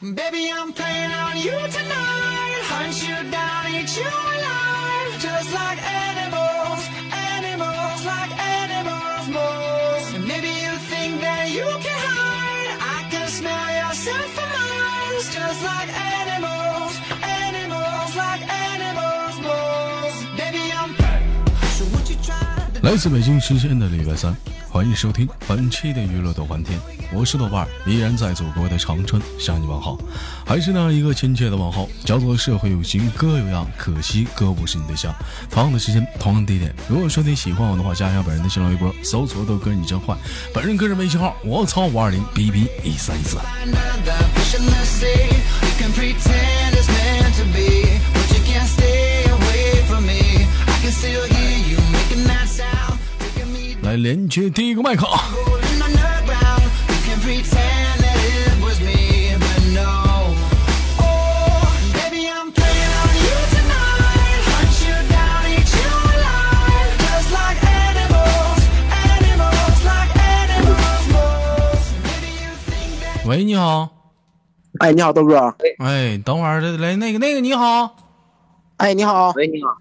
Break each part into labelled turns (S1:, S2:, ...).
S1: Baby, I'm playing on you tonight. Hunt you down, eat you alive. Just like animals, animals, like animals, moles. And maybe you think that you can hide. I can smell yourself for miles. Just like animals, animals, like animals, moles. Baby, I'm. So would you try to
S2: 来自北京时间的礼拜三，欢迎收听本期的娱乐斗翻天，我是豆瓣儿，依然在祖国的长春向你问好，还是那一个亲切的问候，叫做社会有型哥有样，可惜哥不是你对象。同样的时间，同样的地点，如果说你喜欢我的话，加一下本人的新浪微博，搜索豆哥你真坏，本人个人微信号我操五二零 b b 一三一四。
S1: another fish in the sea. You can pretend it's meant to be, but you can't stay away from me. I can still hear you making that sound, taking me
S2: 来连接第一个麦克，
S1: golden underground. You can pretend that it was me, but no. Oh, baby, I'm playing on you tonight. Hunt you down, eat you alive, just like animals, animals, like animals. moles. Maybe you think that.
S2: 喂，你好，
S3: 哎，你好，豆哥。
S2: 哎，等会儿来那个那个你好，
S3: 哎，你好。
S4: 喂，你好，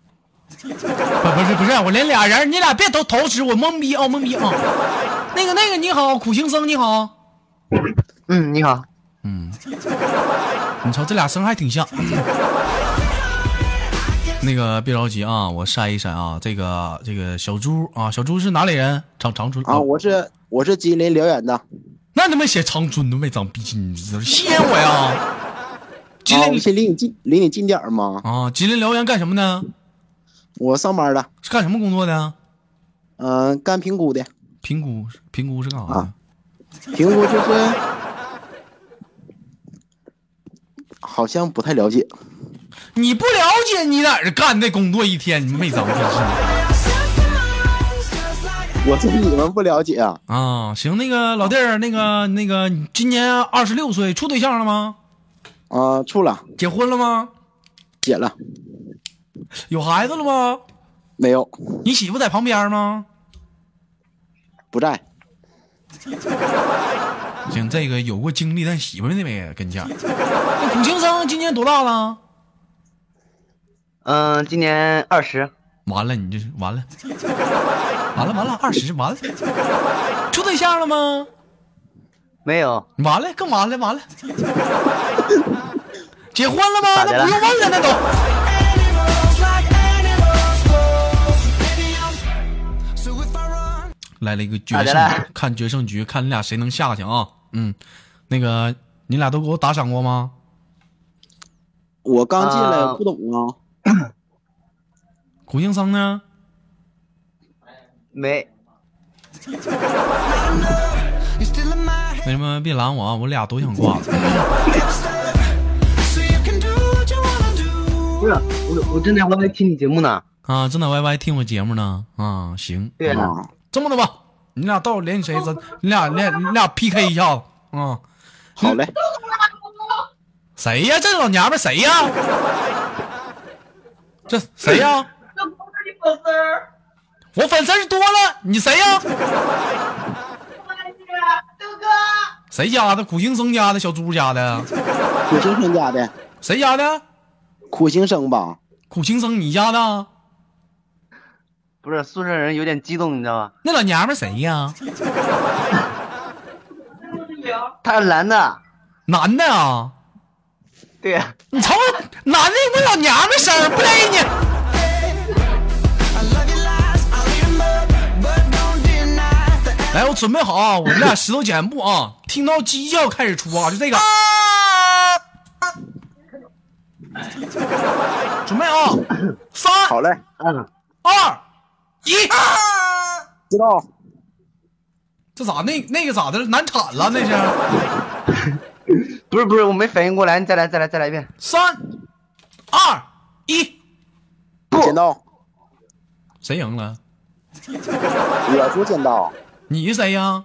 S2: 不不是不是，我连俩人，你俩别都投掷，我懵逼啊、懵逼啊、那个那个你好，苦行僧你好，
S4: 嗯，你好，
S2: 你瞅这俩声还挺像。那个别着急啊，我筛一筛啊，这个这个小猪啊，小猪是哪里人？长长春
S3: 啊，我是我是吉林辽源的。
S2: 那他妈写长春都没长逼劲，你知道吸引我呀？吉
S3: 啊我
S2: 林
S3: 先离你近，离你近点儿嘛。
S2: 啊，吉林辽源干什么呢？
S3: 我上班的，
S2: 是干什么工作的？
S3: 嗯、干评估的，
S2: 评估评估是干啥的？
S3: 啊评估就是，好像不太了解。
S2: 你不了解你在这干这工作一天，你没长逼劲
S3: 我说你们不了解啊？
S2: 啊？行，那个老弟儿，那个那个，你今年二十六岁，处对象了吗？
S3: 啊、处了，
S2: 结婚了吗？
S3: 解了，
S2: 有孩子了吗？
S3: 没有，
S2: 你媳妇在旁边吗？
S3: 不在。
S2: 行，这个有过经历，但媳妇儿那没跟前儿。那苦行僧今年多大了？
S4: 嗯、今年二十，
S2: 完了，你这是完了，完了完了，二十完了，处对象了吗？
S4: 没有，
S2: 完了，更完了，完了，结婚了
S4: 咋
S2: 吗？
S4: 的了
S2: 那不用问了，那都。来了一个决
S4: 咋的
S2: 胜
S4: 了，
S2: 看决胜局， 看你俩谁能下去啊？嗯，那个你俩都给我打赏过吗？
S3: 我刚进来，
S4: 啊
S3: 我不懂啊。
S2: 苦行僧呢？
S4: 没，
S2: 为什么别拦我啊？我俩都想挂了。
S4: 不是，我我正在外面听你节目呢。
S2: 啊，正在 YY 听我节目呢。啊，行，
S4: 对呀、
S3: 啊，
S2: 这么的吧，你俩到底联系谁？咱你俩练，你俩 PK 一下子啊。
S3: 好嘞，
S2: 谁呀？这老娘们儿谁呀？ 这谁呀？我粉丝儿多了，你谁呀？谁家的？苦行僧家的？小猪家的？
S3: 苦行僧家的，
S2: 谁家的？
S3: 苦行僧吧？
S2: 苦行僧你家的？
S4: 不是宿舍人有点激动，你知道吧？
S2: 那老娘们儿谁呀？
S4: 他是男的，
S2: 男的啊？
S4: 对呀、
S2: 你瞅男的那老娘们声儿不勒你。来，我准备好啊，我们俩石头剪布啊，听到鸡叫开始出啊，就这个。准备啊，三
S3: 好嘞，
S4: 嗯，
S2: 二一，
S3: 知道。
S2: 这咋那那个咋的了难产了那是？
S4: 不是不是，我没反应过来，你再来再来再来一遍。
S2: 三二一，
S3: 剪刀，
S2: 谁赢了？
S3: 我说剪刀，
S2: 你是谁呀？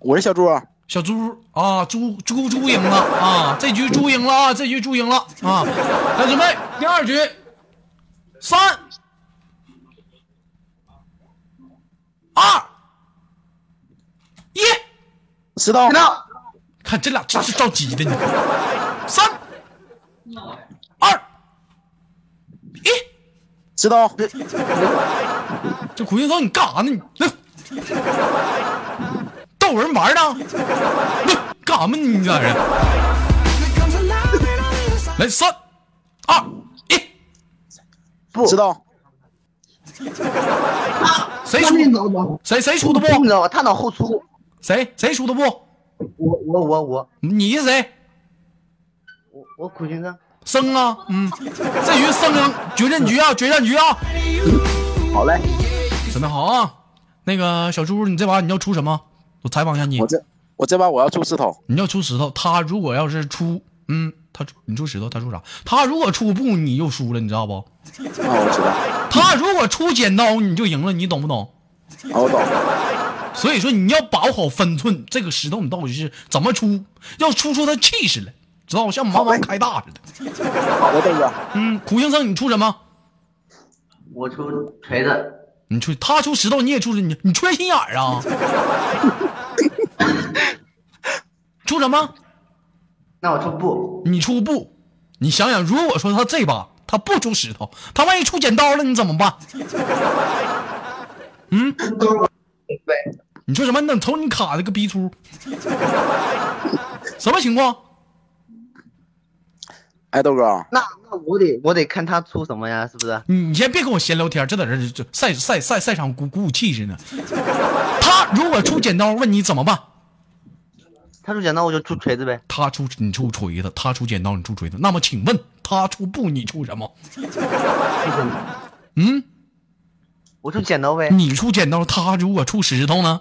S3: 我是小猪。
S2: 小猪啊，猪猪猪赢了啊！这局猪赢了啊！这局猪赢了啊！来准备第二局，三二一，
S3: 石头
S4: 看，到，
S2: 看这俩真是着急的你。三、二、一。
S3: 知道，
S2: 这古天草，你干啥呢？你那逗人玩呢？那干啥呢？你在这儿？
S1: comes alive and on the inside.
S2: 来，三、二、一，
S4: 不
S3: 知道，
S2: 谁
S4: 他
S2: 出？
S4: 那脑脑
S2: 谁谁出
S4: 粗
S2: 的
S4: 的不，你
S2: 布？
S4: 知道吧？他脑后粗。
S2: 谁谁出的布？
S4: 我我我我
S2: 你是谁？
S4: 我我苦寻思，
S2: 生啊，嗯，这局生生决战局啊，决战局啊，
S3: 好嘞，
S2: 准备好啊！那个小猪，你这把你要出什么？我采访一下你
S3: 我，这我这把我要出石头，
S2: 你要出石头，他如果要是出，嗯，他出你出石头，他出啥？他如果出布，你又输了，你知道不？
S3: 啊，我知道，
S2: 他如果出剪刀，你就赢了，你懂不懂？
S3: 啊，我懂，
S2: 所以说你要把握好分寸，这个石头你到底是怎么出，要出出他气势来，知道吗？像马王开大似的。
S3: 好哎的，豆哥，
S2: 嗯，苦行僧，你出什么？
S4: 我出锤子，
S2: 你出他出石头，你也出，你你缺心眼儿啊？出什么？
S4: 那我出布，
S2: 你出布？你想想，如果说他这把他不出石头，他万一出剪刀了，你怎么办？嗯
S4: 对，
S2: 你说什么？你怎么瞅你卡了个逼出？什么情况？
S3: 哎，豆哥，
S4: 那那我得我得看他出什么呀，是不是？
S2: 你你先别跟我闲聊天，这在这儿就赛赛赛赛场鼓鼓舞气势呢。他如果出剪刀，问你怎么办？
S4: 他出剪刀我就出锤子呗，
S2: 他出你出锤子，他出剪刀，你出锤子。那么请问他出布，你出 什么？嗯，
S4: 我出剪刀呗。
S2: 你出剪刀，他如果出石 头呢？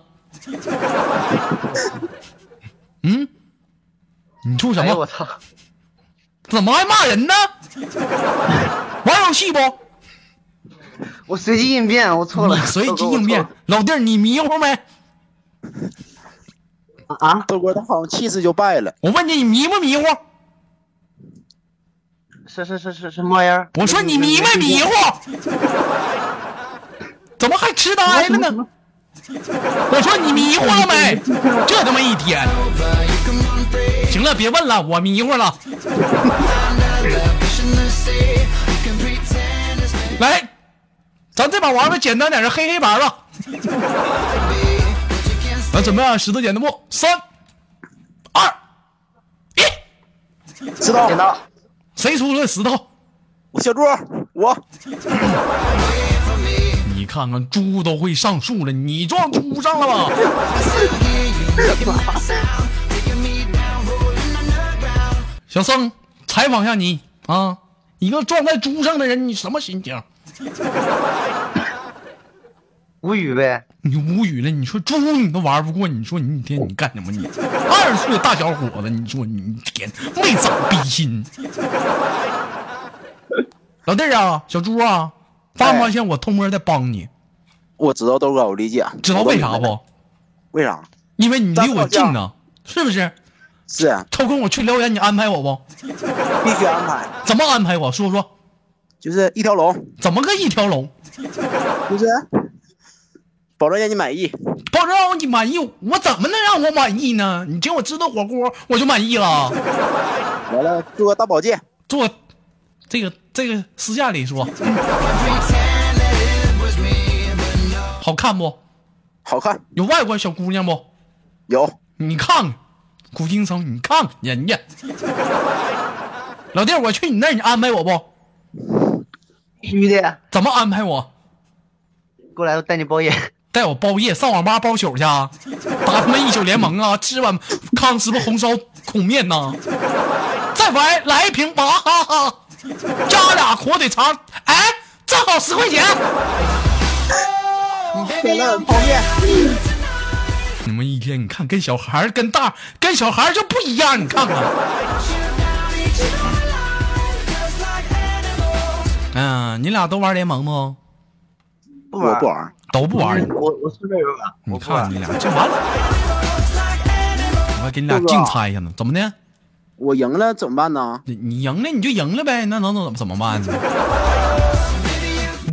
S2: 嗯，你出什
S4: 哎
S2: 么？
S4: 呦我操！
S2: 怎么还 骂人呢？玩游戏不？
S4: 我随机应变，我错了
S2: 你。随
S4: 豆哥
S2: 机应变
S4: 我错。
S2: 老弟儿，你迷糊没？
S4: 了啊？
S3: 豆哥他好像气势就败了，
S2: 我问你，你迷不迷糊？
S4: 是是是是什么玩意儿？
S2: 我说你迷没迷糊？怎么还痴呆了呢？我说你迷糊了没？这他妈一天！行了，别问了，我迷糊了。来，咱这把玩的简单点，是黑黑白吧。咱准备啊，石头剪刀布，三、二、一，
S3: 知道，
S4: 剪刀，
S2: 谁出了石头？
S3: 小猪，我
S2: 你看看，猪都会上树了，你撞猪上了吧？小僧，采访一下你啊，一个撞在猪上的人，你什么心情？
S4: 无语呗。
S2: 你无语了，你说猪你都玩不过，你说你一天你干什么你？二十岁大小伙子，你说你一天没长逼心。 老弟儿啊，小猪啊，发没发现我偷摸在帮你？
S3: 我知道，豆哥，我理解，
S2: 知道为啥？不？
S3: 为啥？
S2: 因为你离我近呢，是不是？
S3: 是啊
S2: 抽空我去辽源，你安排我不？
S3: 必须安排，
S2: 怎么安排我？说说，
S3: 就是一条龙，
S2: 怎么个一条龙？
S3: 就是保证让你满意，
S2: 保证让你满意，我怎么能让我满意呢？你请我吃顿火锅，我就满意了。
S3: 完了做个大保健，
S2: 做这个这个私下里说，好看不？
S3: 好看，
S2: 有外国小姑娘不？
S3: 有，
S2: 你看看，古今城，你看看人家。老弟儿，我去你那儿，你安排我不？
S4: 必须的，
S2: 怎么安排我？
S4: 过来我带你包夜。
S2: 带我包夜上网吧包宿去啊，打他妈一宿联盟啊，吃碗康师傅红烧孔面呐，再玩来一瓶娃哈哈，加俩火腿肠，哎，正好十块钱。
S3: 点个泡面，
S2: 你们一天，你看跟小孩儿跟大跟小孩儿就不一样，你看看，
S1: Just like animals.
S2: 嗯、你俩都玩联盟不？
S4: 不
S3: 我
S4: 玩，
S3: 不玩，
S2: 都不
S5: 嗯
S2: 玩，
S4: 我我顺便玩。
S2: 你
S4: 我不
S2: 看
S4: 玩
S2: 你俩这完了，我还给你俩竞猜一下呢，怎么的？
S3: 我赢了怎么办呢？
S2: 你你赢了你就赢了呗，那能能怎么怎么办呢？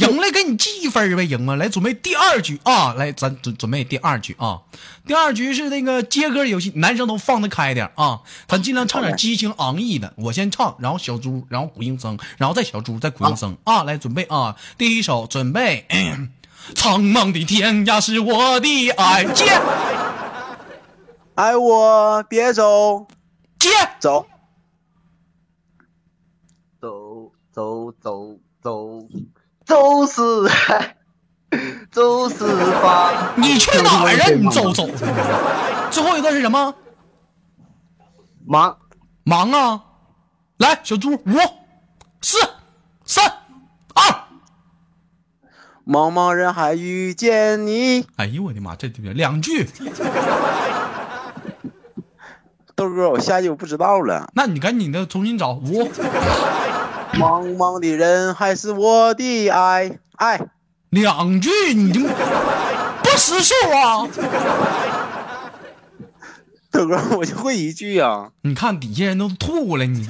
S2: 赢了给你记一分儿呗，赢啊！来准备第二局啊，来咱准准备第二局啊。第二局是那个接歌游戏，男生都放得开点儿啊，咱尽量唱点激情昂逸的。我先唱，然后小猪，然后古应生，然后再小猪，再古应生啊。来准备啊，第一首准备。苍茫的天涯是我的爱，接
S3: 爱哎我别走，
S2: 接
S3: 走
S4: 走走走走，走是海，走是方。
S2: 你去哪儿啊？你走走。最后一段是什么？
S4: 忙，
S2: 忙啊！来，小猪，五、四、三、二。
S3: 茫茫人海遇见你。
S2: 哎呦我的妈！这这两句，
S3: 豆哥，我下一句我不知道了。
S2: 那你赶紧的重新找五。
S3: 茫茫的人海是我的爱，哎爱
S2: 两句你就不识数啊！
S3: 豆哥，我就会一句啊。
S2: 你看底下人都吐了你，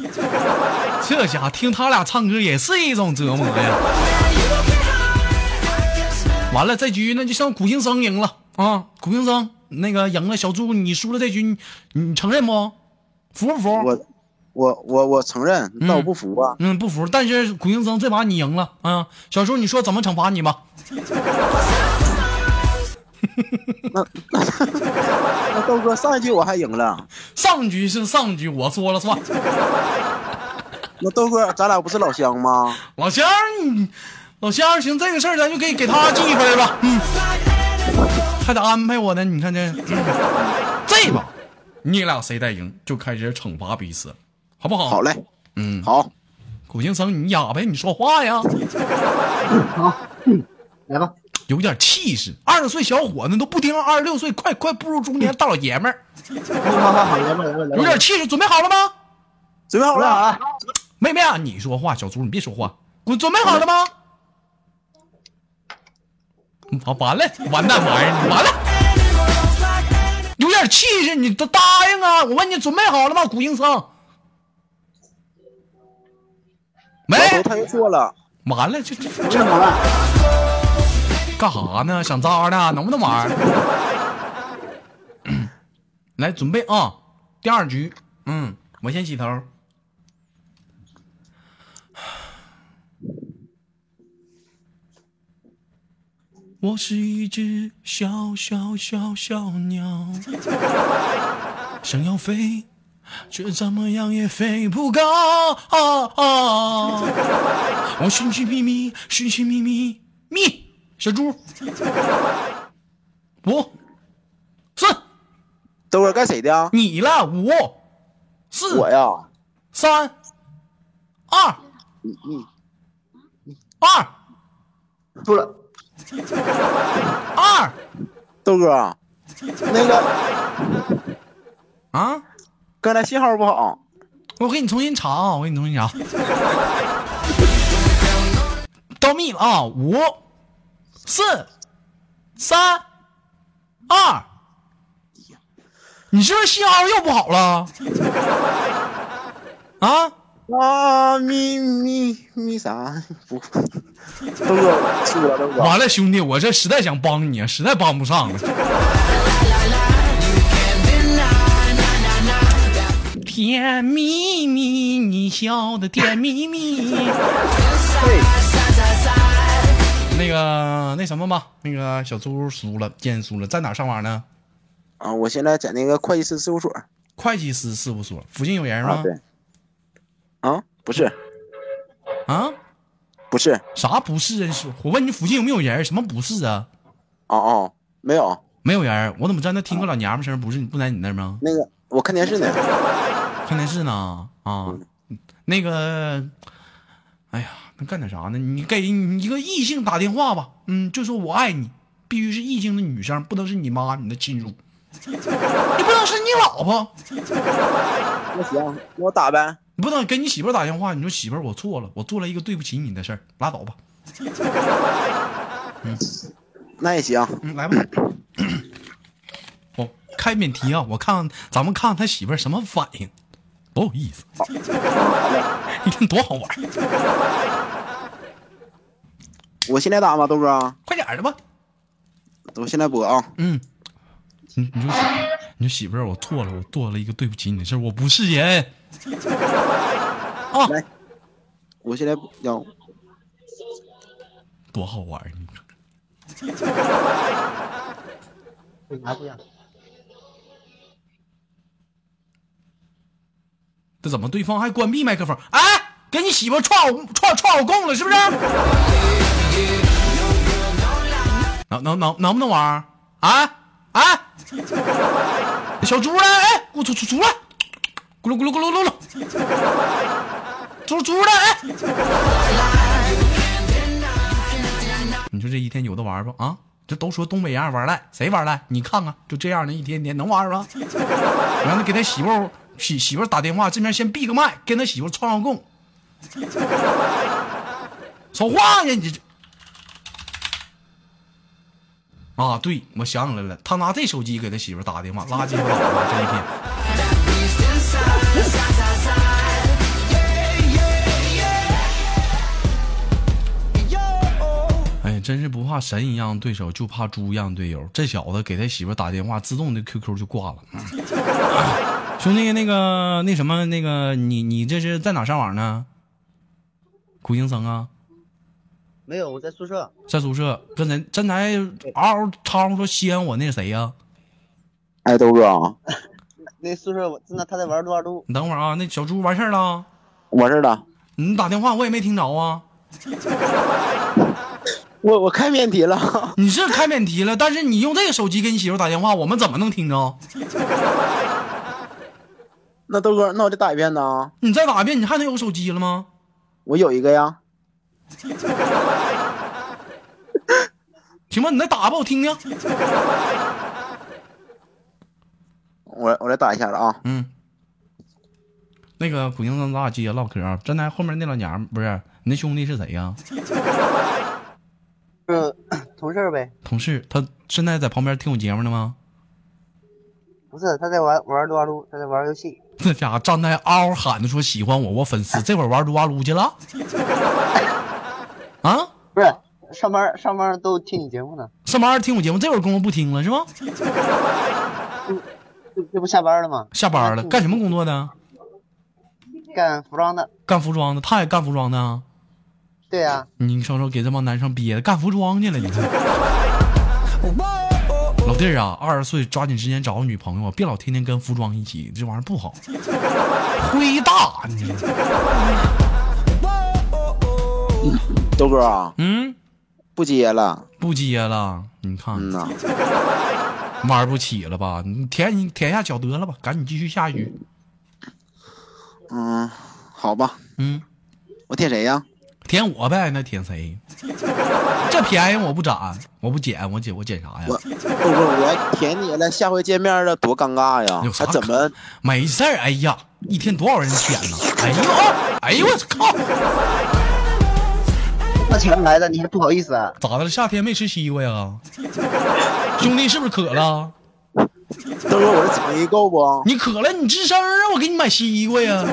S2: 这家伙听他俩唱歌也是一种折磨呀。完了，这局那就像古应生赢了啊！古应生那个赢了，小猪你输了这局，你你承认不？服不服？
S3: 我，我，我，我承认，那我不服啊。
S2: 嗯，不服。但是古应生这把你赢了啊！小叔，你说怎么惩罚你吧？
S3: 那豆哥上一句我还赢了。
S2: 上局是上局，我说了算。
S3: 那豆哥，咱俩不是老乡吗？
S2: 老乡，你老乡，行，这个事儿咱就给给他记一分吧。嗯，还得安排我呢。你看这，嗯、这把你俩谁再赢，就开始惩罚彼此，好不好？
S3: 好，嘞，
S2: 嗯，
S3: 好，
S2: 古先生，你哑巴呀，你说 话呀，
S4: 嗯来吧，
S2: 有点气势。二十岁小伙子都不听二十六岁快快步入中年大老爷们儿，
S4: 好好好好，来吧来吧来吧，
S2: 有点气势。准备好了吗？
S3: 准备好
S4: 好了
S3: 了，
S4: 啊，
S2: 妹妹啊，你说话，小猪你别说话，滚！准备好了吗？嗯好，完了，完蛋玩意儿，你完了，有点气势，你都答应啊！我问你准备好了吗？古应生，没，
S3: 摇头他又错了。
S2: 完了，这这这干啥呢？想招呢？能不能玩 儿？来，准备啊！第二局，嗯，我先洗头。我是一只小小小小 鸟，想要飞，却怎么样也飞不高。啊啊我寻寻觅觅，寻寻觅觅，觅小猪，五四，
S3: 豆哥该谁的啊？
S2: 你了，五四
S3: 我呀，
S2: 三二二
S4: 输了，
S2: 二
S3: 豆哥啊，那个
S2: 啊！
S3: 刚才信号不好，
S2: 我给你重新查啊，我给你重新查。到密了啊！五、四、三、二，你是不是信号又不好了？啊，
S3: 啊咪咪咪啥？不， 豆哥我输了，豆哥。
S2: 完了，兄弟，我这实在想帮你，实在帮不上了。甜蜜蜜，你笑的甜蜜蜜。那个，那什么吧，那个小猪输了，今天输了，在哪儿上网呢？
S3: 啊，我现在在那个会计师事务所。
S2: 会计师事务所附近有人
S3: 啊，
S2: 吗？
S3: 对。啊，不是，
S2: 啊，
S3: 不是，
S2: 啥不是啊？我问你附近有没有人？什么不是啊？
S3: 哦哦，没有，
S2: 没有人，我怎么在那听个老娘们声？不是你不在你那儿吗？
S3: 那个我看电视呢。
S2: 看电视呢啊，那个，哎呀，那干点啥呢？你给你一个异性打电话吧，嗯，就说我爱你，必须是异性的女生，不能是你妈、你的亲属， 你不能是你老婆，
S3: 那行，那我打呗。
S2: 你不能给你媳妇儿打电话，你说媳妇儿我错了，我做了一个对不起你的事儿，拉倒吧，
S3: 那也行，
S2: 嗯，来吧。 我开免提啊，我看咱们看看他媳妇儿什么反应，多有意思！ 你看多好玩儿。
S3: 我现在打吗，豆哥？
S2: 快点儿的吧。
S3: 我现在播啊！
S2: 嗯，你你就你说媳妇儿，我错了，我做了一个对不起你的事儿，我不是人。
S3: 我现在要
S2: 多好玩儿！你看
S5: 为啥不让？
S2: 这怎么对方还关闭麦克风？哎，给你媳妇儿串我串串我供了是不是？能能能能不能玩儿？啊啊！小猪呢？哎，给我出出出来！咕噜咕噜咕噜咕噜咕噜！猪猪呢？哎！你说这一天有的玩儿不？啊，这都说东北样儿玩儿赖，谁玩儿赖？你看看，就这样的一天天能玩儿吗？然后给他媳妇儿媳媳妇儿打电话，这边先闭个麦，跟他媳妇儿串上供，说话呢，你这。啊，对，我想起来了，他拿这手机给他媳妇儿打电话，垃圾不倒了这一天。哎，真是不怕神一样对手，就怕猪一样队友。这小子给他媳妇儿打电话，自动的 QQ 就挂了。 兄弟，那个那什么，那个你你这是在哪上网呢？苦行僧啊，
S5: 没有，我在宿舍。
S2: 在宿舍跟咱真才嗷嗷吵嚷说西安我那谁呀、
S3: 哎，豆哥啊，
S5: 那宿舍我真的他在玩撸啊撸，
S2: 你等会儿啊，那小猪完事儿了，
S3: 完事儿了。
S2: 你打电话我也没听着啊。
S3: 我我开免提了，
S2: 你是开免提了，但是你用这个手机给你媳妇打电话，我们怎么能听着？
S3: 那豆哥，那我再打一遍呢？
S2: 你再打一遍，你还能有手机了吗？
S3: 我有一个呀，
S2: 行吧，你再打吧，我听听。
S3: 我我再打一下子啊。
S2: 嗯，那个苦行僧，咱俩接着唠嗑啊。真的，后面那老娘们不是你那兄弟是谁呀、
S5: 是嗯同事呗？
S2: 同事，他现在在旁边听我节目呢吗？
S5: 不是，他在玩玩撸啊撸，他在玩游戏。
S2: 这家伙站台嗷嗷喊着说喜欢我，我粉丝这会儿玩撸啊撸去了。啊，
S5: 不是上班上班都听你节目呢，
S2: 上班听我节目，这会儿工作不听了是吗？
S5: 这这不下班了吗？
S2: 下班了，干什么工作的？
S5: 干服装的。
S2: 干服装的，他也干服装的啊。
S5: 对呀、啊，
S2: 你瞅瞅，给这帮男生憋的，干服装去了，你看。老弟儿啊，二十岁抓紧时间找个女朋友啊，别老天天跟服装一起，这玩意儿不好，灰大，你知道吗？
S3: 豆哥啊，
S2: 嗯，
S3: 不接了。
S2: 不接了，你看
S3: 嗯呐，
S2: 玩不起了吧？你舔你舔下脚得了吧，赶紧继续下雨。
S3: 嗯，好吧，
S2: 嗯，
S3: 我舔谁呀？
S2: 舔我呗，那舔 谁？这便宜我不占，我不捡，我捡我捡啥呀？
S3: 我豆哥，我舔你了，下回见面了多尴尬呀
S2: 有！啥
S3: 还怎么？
S2: 没事儿，哎呀，一天多少人舔呢？哎呦，哎呦我靠！
S5: 花钱来的，你还不好意思啊？
S2: 咋的了？夏天没吃西瓜呀？兄弟，是不是渴了？
S3: 豆哥，我这诚意够不？
S2: 你渴了，你吱声儿啊！我给你买西瓜呀！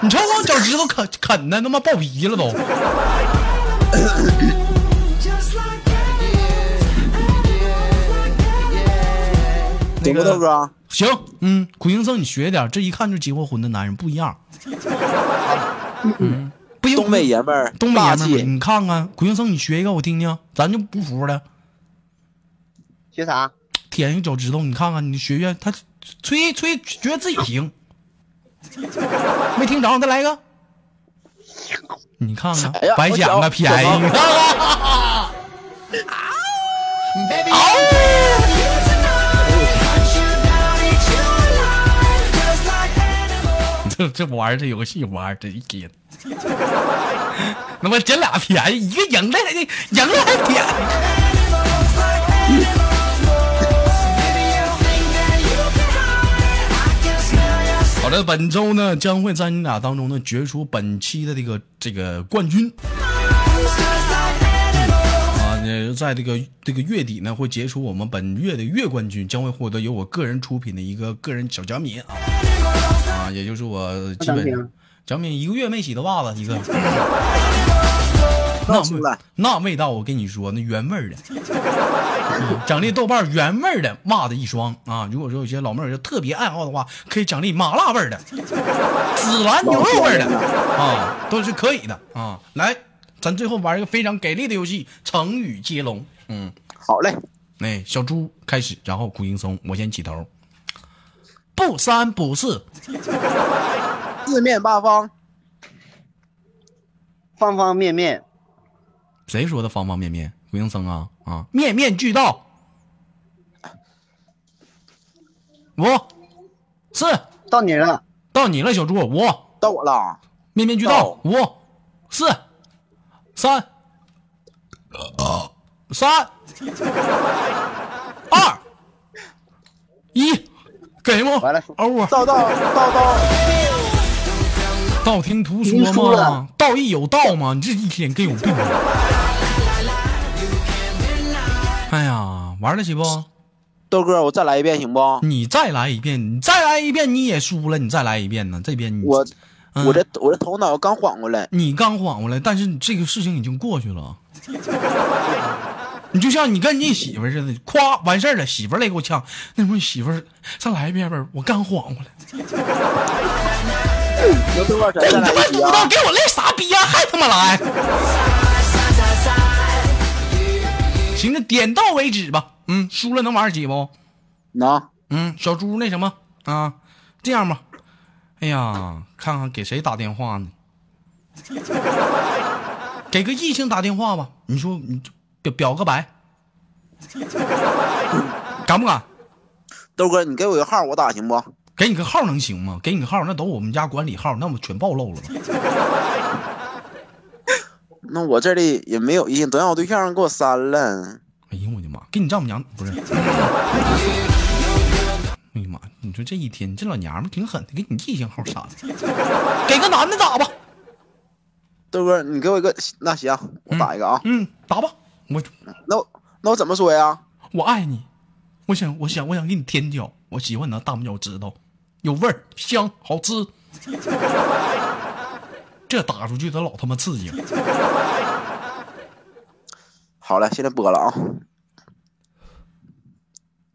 S2: 你瞅我脚趾头啃啃的，他妈爆皮了都！
S1: Just like that.
S3: 行不，豆哥？
S2: 行，嗯，苦行僧，你学点儿，这一看就结过婚的男人不一样。嗯，不行，
S3: 东北爷们儿，
S2: 东北
S3: 大
S2: 爷们儿，
S3: 气。
S2: 你看看苦行僧，你学一个我听听，咱就不服了。
S5: 学啥？
S2: 舔一个脚趾头，你看看你学学他，吹吹觉得自己行，没听着，再来一个，你看看，
S3: 哎呀
S2: 白捡
S3: 我
S2: 了
S3: 脚
S2: 便宜，
S3: 脚
S2: 你看看，
S1: Baby, you tonight. Hunt you down, eat you alive, just like animals.
S2: 这这玩意儿这游戏玩儿这一 天，他妈捡俩便宜，一个赢了，赢了还便
S1: Animals like
S2: 宜，
S1: animals, wolves. Maybe you think that you can hide. I can smell your
S2: 好的，本周呢将会在你俩当中呢决出本期的这个这个冠军。
S1: smiles, just like animals.
S2: 啊，那在这个这个月底呢，会结束我们本月的月冠军，将会获得由我个人出品的一个个人小奖品啊，啊，也就是我基本
S5: 啊什么奖品啊
S2: 奖品一个月没洗的袜子一个，
S3: 放
S2: 那
S3: 心
S2: 味
S3: 吧
S2: 那味道，我跟你说，那原味儿的，嗯奖励豆瓣儿原味儿的袜子一双啊。如果说有些老妹儿就特别爱好的话，可以奖励麻辣味儿的、孜然牛肉味儿的啊，都是可以的啊。来，咱最后玩一个非常给力的游戏——成语接龙。嗯，
S3: 好嘞，
S2: 哎，小猪开始，然后蒲英松，我先起头。不三不四，
S3: 四面八方，
S5: 方方面面，
S2: 谁说的方方面面？蒲英松啊啊，面面俱到。五四
S5: 到你 了，
S2: 到你了，小猪五
S3: 到我了啊，
S2: 面面俱到
S3: 到
S2: 五四三三二一，给吗？
S5: 完了
S2: 欧啊！
S3: 到到到到，
S2: 道听途
S5: 您
S2: 说
S5: 说
S2: 吗
S5: 了？
S2: 道义有道吗？你这一天跟有病啊似的。哎呀，玩得起不？
S3: 豆哥，我再来一遍行不？
S2: 你再来一遍，你再来一遍，你也输了，你再来一遍呢？这边你
S3: 我
S2: 嗯
S3: 我这我这头脑刚缓过来，
S2: 你刚缓过来，但是你这个事情已经过去了。 你就像你跟你媳妇儿似的，夸完事儿了，媳妇儿来给我呛，那不媳妇儿再来一遍呗，我刚缓过来，
S3: 行，豆哥，咱
S2: 这
S3: 再
S2: 哎你
S3: 来
S2: 他妈犊
S3: 一局啊！
S2: 子，给我累啥逼呀、还他妈来！行，那点到为止吧。嗯，输了能玩儿起不？
S3: 能，
S2: 嗯，小猪那什么啊，这样吧，哎呀，看看给谁打电话呢？给个异性打电话吧，你说你就表表个白，敢不敢？
S3: 豆哥，你给我一个号，我打行不？
S2: 给你个号能行吗？给你个号，那都我们家管理号，那我全暴露了吧。
S3: 那我这里也没有异性，等让我对象给我删了。
S2: 哎呦我的妈！给你丈母娘不是？ 哎呀妈！你说这一天，你这老娘们儿挺狠的，给你异性号删了，给个男的打吧。
S3: 豆哥，你给我一个，那行，我打一个啊。
S2: 嗯，打吧，我
S3: 那我那我怎么说呀？
S2: 我爱你，我想，我想，我想给你添脚，我喜欢你那大拇脚趾头，有味儿，香，好吃。 这打出去他老他妈刺激了。
S3: 好了，现在播了啊。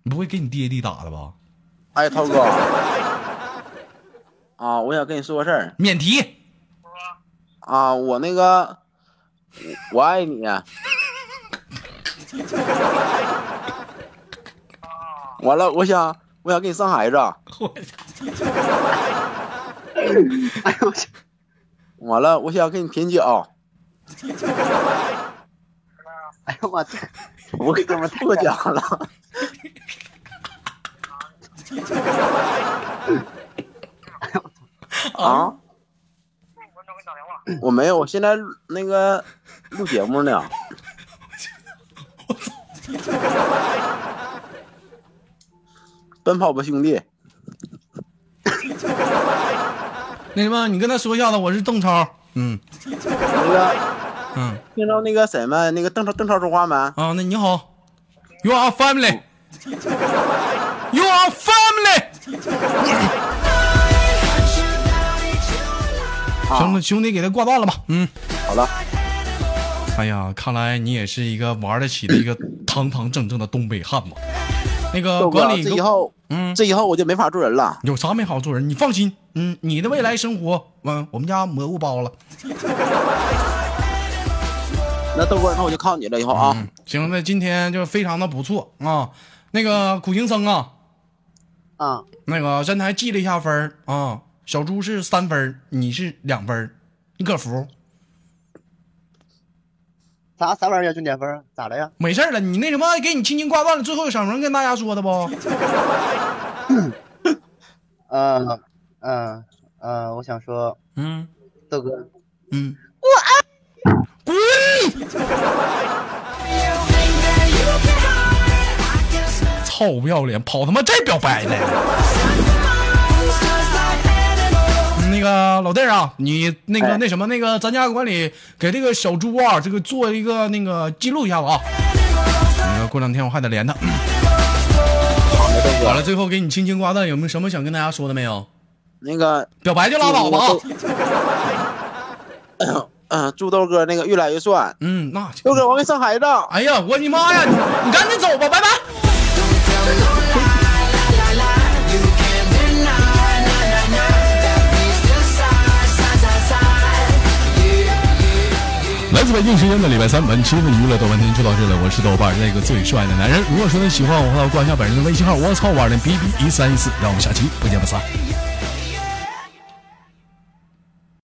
S2: 你不会给你爹爹打的吧？
S3: 哎，涛 哥，啊，我想跟你说个事儿
S2: 免提，
S3: 啊，我那个，我我爱你，啊完了，我想我想给你生孩子，
S2: 我
S3: 完了，我想给你舔脚，
S5: 哎呦我这
S3: 我给他们破家了，啊，我没有，我现在录那个录节目呢。 奔跑吧兄弟！
S2: 那什么，你跟他说一下子，我是邓超。嗯
S3: 那个
S2: 嗯
S3: 听到那个谁们那个邓超邓超说话没？
S2: 啊，那你好，You are family，You are family。行了，兄弟，给他挂断了吧。嗯。
S3: 啊好了，
S2: 哎呀，看来你也是一个玩得起的一个堂堂正正的东北汉子。那个
S3: 豆哥
S2: 管，理
S3: 这
S2: 给
S3: 以
S2: 我，
S3: 后
S2: 嗯，
S3: 这以后我就没法做人了。
S2: 有啥没好做人？你放心，嗯，你的未来生活，嗯，我们家蘑菇包了。
S3: 那豆哥，那我就靠你了，以后啊
S2: 嗯，行，那今天就非常的不错啊。那个苦行僧啊，
S5: 啊，
S2: 那个刚才记了一下分儿啊，小猪是三分儿，你是两分儿，你可服？
S5: 啥啥玩意儿要九点分儿？啊咋了呀？
S2: 没事儿了，你那什么，给你轻轻挂断了。最后有什么跟大家说的不？
S5: 嗯嗯嗯，我想说，
S2: 嗯
S5: 豆哥，
S2: 嗯，操不要脸，跑他妈这表白来了。嗯那个老弟儿啊，你那个
S3: 哎
S2: 那什么那个，咱家管理给这个小猪啊，这个做一个那个记录一下子啊。那个过两天我还得连他。好了，最后给你轻轻挂断，有没有什么想跟大家说的没有？
S3: 那个
S2: 表白就拉倒吧啊！
S3: 嗯，祝豆哥那个越来越帅。
S2: 嗯，那就
S3: 豆哥，我给你生孩子。
S2: 哎呀，我你妈呀，你你赶紧走吧，拜拜。
S6: 来自北京时间的礼拜三，本期的娱乐豆瓣天就到这了。我是豆瓣儿那个最帅的男人。如果说你喜欢我的话，关一下本人的微信号，我操五二零 B B 一三一四。让我们下期不见不散。
S1: you